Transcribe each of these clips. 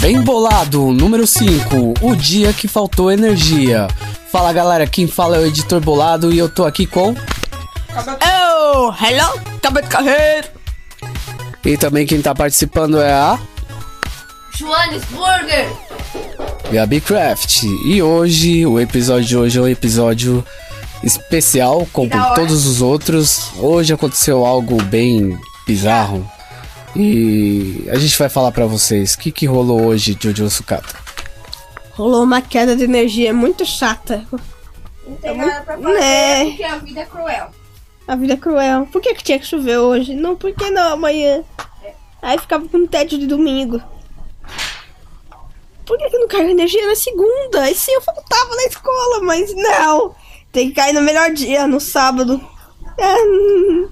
Bem bolado, número 5, o dia que faltou energia. Fala galera, quem fala é o editor bolado e eu tô aqui com. Oh, hello, Cabo de Carreiro. E também quem tá participando é a Johannesburger! Gabi Craft. E hoje, o episódio de hoje é um episódio especial, como Da hora. todos os outros. Hoje aconteceu algo bem bizarro. E a gente vai falar pra vocês o que, que rolou hoje, Jojo Sucata. Rolou uma queda de energia muito chata. Não tem nada pra fazer Né. porque a vida é cruel. A vida é cruel. Por que, que tinha que chover hoje? Não, por que não amanhã? Aí ficava com tédio de domingo. Por que, que não caiu energia na segunda? E se eu faltava na escola, mas não. Tem que cair no melhor dia, no sábado. É, hum.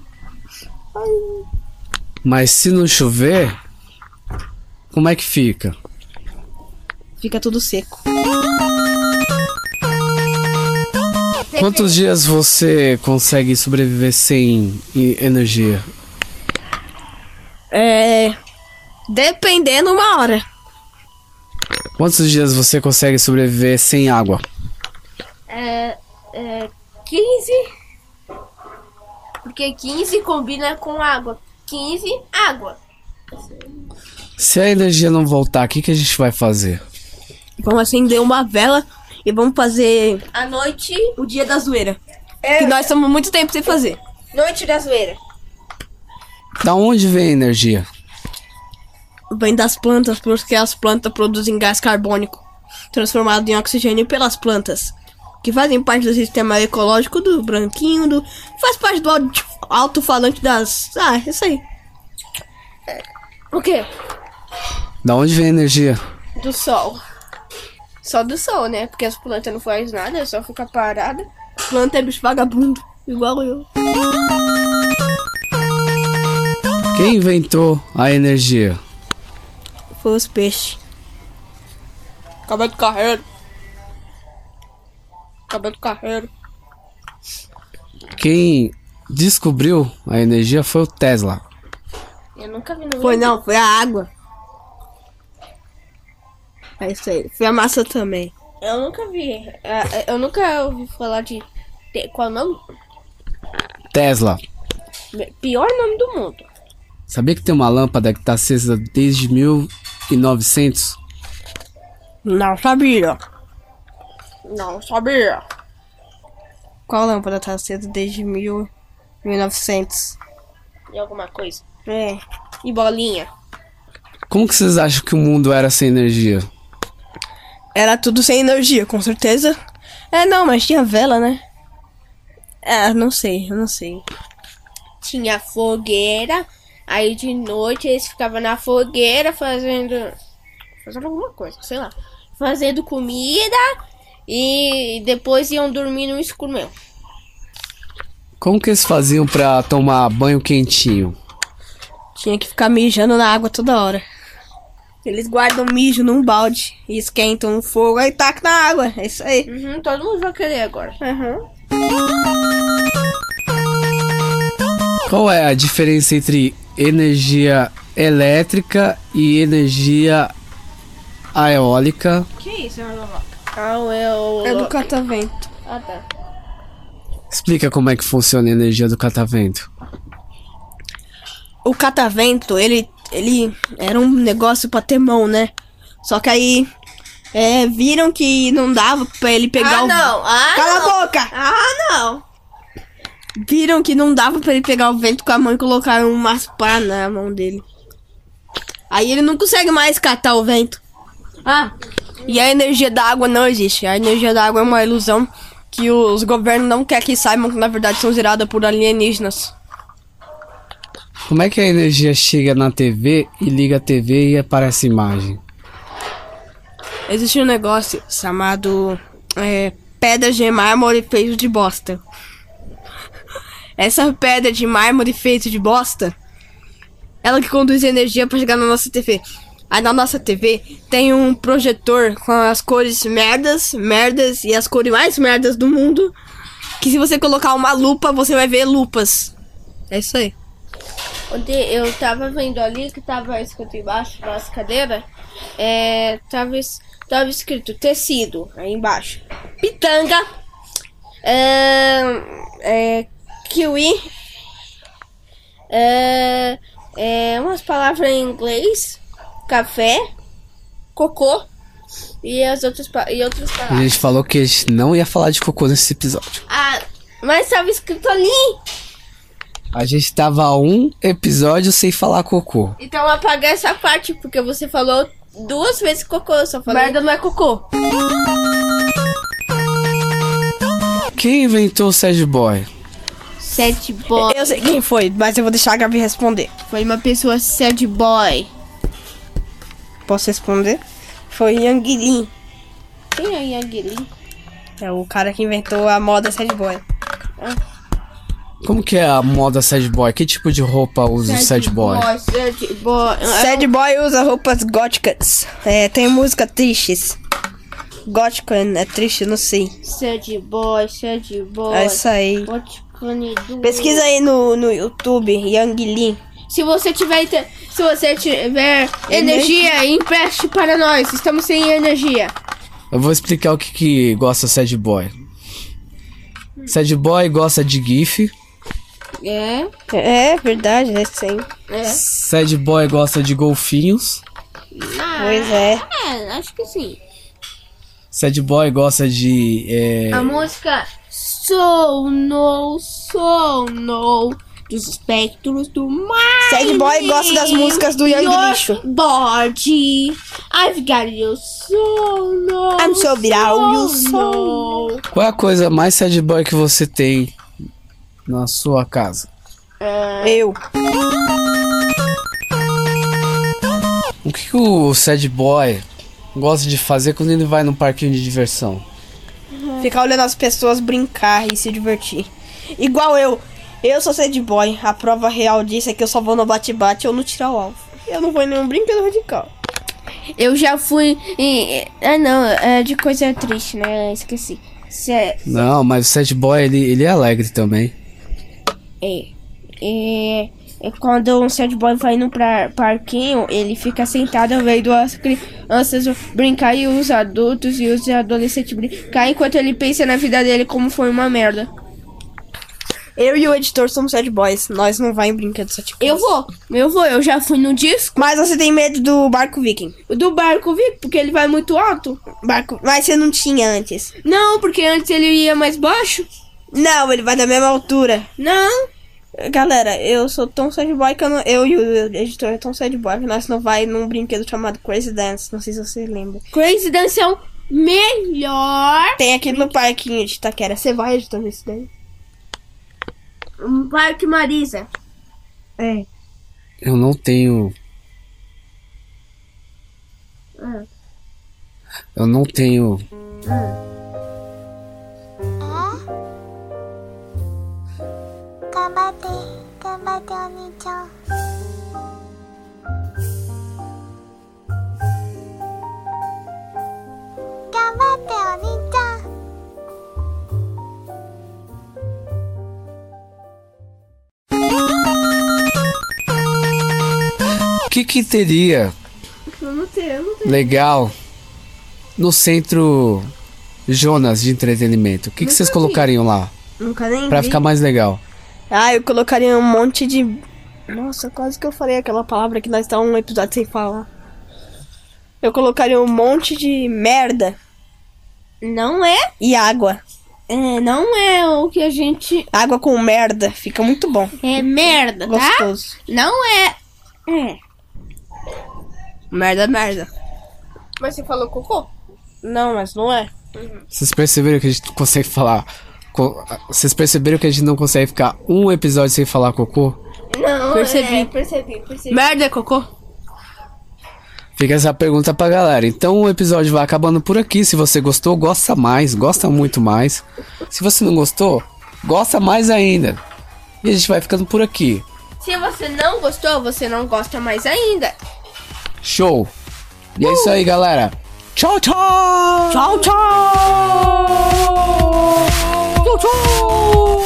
Mas se não chover, como é que fica? Fica tudo seco. Quantos dias você consegue sobreviver sem e- energia? É. Dependendo uma hora. Quantos dias você consegue sobreviver sem água? É, é 15. Porque 15 combina com água. 15, água. Se a energia não voltar, o que, que a gente vai fazer? Vamos acender uma vela e vamos fazer A noite. o dia da zoeira. É. Que nós estamos muito tempo sem fazer. Noite da zoeira. Da onde vem a energia? Vem das plantas, porque as plantas produzem gás carbônico, transformado em oxigênio pelas plantas, que fazem parte do sistema ecológico do branquinho, do. faz parte do alt- alto-falante das. Ah, isso aí. O quê? Da onde vem a energia? Do sol. Só do sol, né? Porque as plantas não fazem é nada, só fica parada. Planta é bicho vagabundo, igual eu. Quem inventou a energia? Foi os peixes. Acabou de carreiro. Acabou de carreiro. Quem descobriu a energia foi o Tesla. Eu nunca vi no Foi não, foi a água. É isso aí. Foi a massa também. Eu nunca vi. é, Eu nunca ouvi falar de. de- Qual é o nome? Tesla. Pior nome do mundo. Sabia que tem uma lâmpada que tá acesa desde 1900? Não sabia. Não sabia. Qual lâmpada tá acesa desde mil, 1900? De alguma coisa. É. E bolinha. Como que vocês acham que o mundo era sem energia? Era tudo sem energia, com certeza. É, não, mas tinha vela, né? É, não sei, eu não sei. Tinha fogueira. Aí de noite eles ficavam na fogueira fazendo. Fazendo alguma coisa, sei lá. Fazendo comida. E depois iam dormir no escuro mesmo. Como que eles faziam pra tomar banho quentinho? Tinha que ficar mijando na água toda hora. Eles guardam mijo num balde e esquentam no fogo aí taca na água. É isso aí. Uhum, todo mundo vai querer agora. Aham. Qual é a diferença entre energia elétrica e energia eólica? Que isso, Ah, eu. É do catavento. Ah, tá. Explica como é que funciona a energia do catavento. O catavento, ele, ele era um negócio pra ter mão, né? Só que aí é, viram que não dava pra ele pegar Ah, o. não. Ah, Cala não. a boca! Ah, não. Viram que não dava pra ele pegar o vento com a mão e colocaram umas pá na mão dele. Aí ele não consegue mais catar o vento. Ah, e a energia da água não existe. A energia da água é uma ilusão que os governos não querem que saibam que na verdade são geradas por alienígenas. Como é que a energia chega na TV e liga a TV e aparece imagem? Existe um negócio chamado é, pedra de mármore feito de bosta. Essa pedra de mármore feito de bosta, ela que conduz energia pra chegar na nossa TV. Aí na nossa TV tem um projetor com as cores merdas, merdas e as cores mais merdas do mundo. Que se você colocar uma lupa, você vai ver lupas. É isso aí. Ontem eu tava vendo ali que tava escrito embaixo das cadeiras É, tava, es- tava escrito tecido aí embaixo. Pitanga. É, é, kiwi. É, é, umas palavras em inglês. Café. Cocô. E as outras, pa- e outras A palavras. gente falou que a gente não ia falar de cocô nesse episódio. Ah, mas tava escrito ali. A gente tava a um episódio sem falar cocô. Então apaga essa parte, porque você falou duas vezes cocô. Eu só falei. Merda não é cocô. Quem inventou o Sad Boy? Sete boy. Eu sei quem foi, mas eu vou deixar a Gabi responder. Foi uma pessoa sad boy. Posso responder? Foi Yang Lin. Quem é Yang É o cara que inventou a moda sad boy. Como que é a moda Sad Boy? Que tipo de roupa usa o Sad Boy? Sad boy. Ah, Sad boy usa roupas góticas. É, tem música tristes. Gótica é triste, não sei. Sad boy, sad boy. É isso aí. What can you do? Pesquisa aí no, no YouTube, Yang Lin. Se você tiver, inte- se você tiver energia, empreste para nós. Estamos sem energia. Eu vou explicar o que, que gosta Sad Boy. Sad Boy gosta de GIF. É. É verdade, é sim. É. Sad Boy gosta de golfinhos. Pois é. É, acho que sim. Sad Boy gosta de. é, A música Sou No, Sou No dos espectros do mar. Sad boy gosta das músicas do Young Lixo. Body. I've got you so no. I'm so brown, you so no. Qual é a coisa mais Sad Boy que você tem na sua casa? Eu. O que, que o Sad Boy gosta de fazer quando ele vai num parquinho de diversão? Ficar olhando as pessoas brincar e se divertir. Igual eu. Eu sou sad boy. A prova real disso é que eu só vou no bate-bate ou no tirar o alvo. Eu não vou em nenhum brinquedo radical. Eu já fui. em- Ah, não. É de coisa triste, né? Eu Esqueci. Cê- Não, mas o Sad Boy ele, ele é alegre também. É. É, é quando um sad boy vai no pra, parquinho, ele fica sentado vendo as crianças brincar e os adultos e os adolescentes brincar enquanto ele pensa na vida dele como foi uma merda. Eu e o editor somos sad boys. Nós não vai em brinquedo só tipo. Eu vou, eu vou, eu já fui no disco Mas você tem medo do barco viking. do barco VIP, porque ele vai muito alto. Barco. Mas você não tinha antes. Não, porque antes ele ia mais baixo. Não, ele vai da mesma altura. Não, Galera, eu sou tão sad boy que eu, não- eu e o editor é tão sad boy que nós não vai num brinquedo chamado Crazy Dance. Não sei se você lembra. Crazy Dance é o melhor Tem aqui no parquinho de Itaquera. Você vai editando isso daí? parque Marisa. É. Eu não tenho. Eu não tenho. O que que teria Não tem, não tem. legal no centro Jonas de entretenimento? O que, que vocês colocariam lá Nunca nem pra vi. ficar mais legal? Ah, eu colocaria um monte de... Nossa, quase que eu falei aquela palavra que nós tá um episódio sem falar. Eu colocaria um monte de merda Não é e água. É, não é o que a gente. Água com merda. Fica muito bom. É merda, tá? Gostoso. Não é. É. Merda, merda. Mas você falou cocô? Não, mas não é. Vocês perceberam que a gente não consegue falar. co- Vocês perceberam que a gente não consegue ficar um episódio sem falar cocô? Não. Percebi. é, percebi, percebi. Merda é cocô? Fica essa pergunta pra galera. Então o episódio vai acabando por aqui. Se você gostou, gosta mais, gosta muito mais. Se você não gostou, gosta mais ainda. E a gente vai ficando por aqui. Se você não gostou, você não gosta mais ainda. Show! E é isso aí, galera. Tchau, tchau! Tchau, tchau! Tchau, tchau!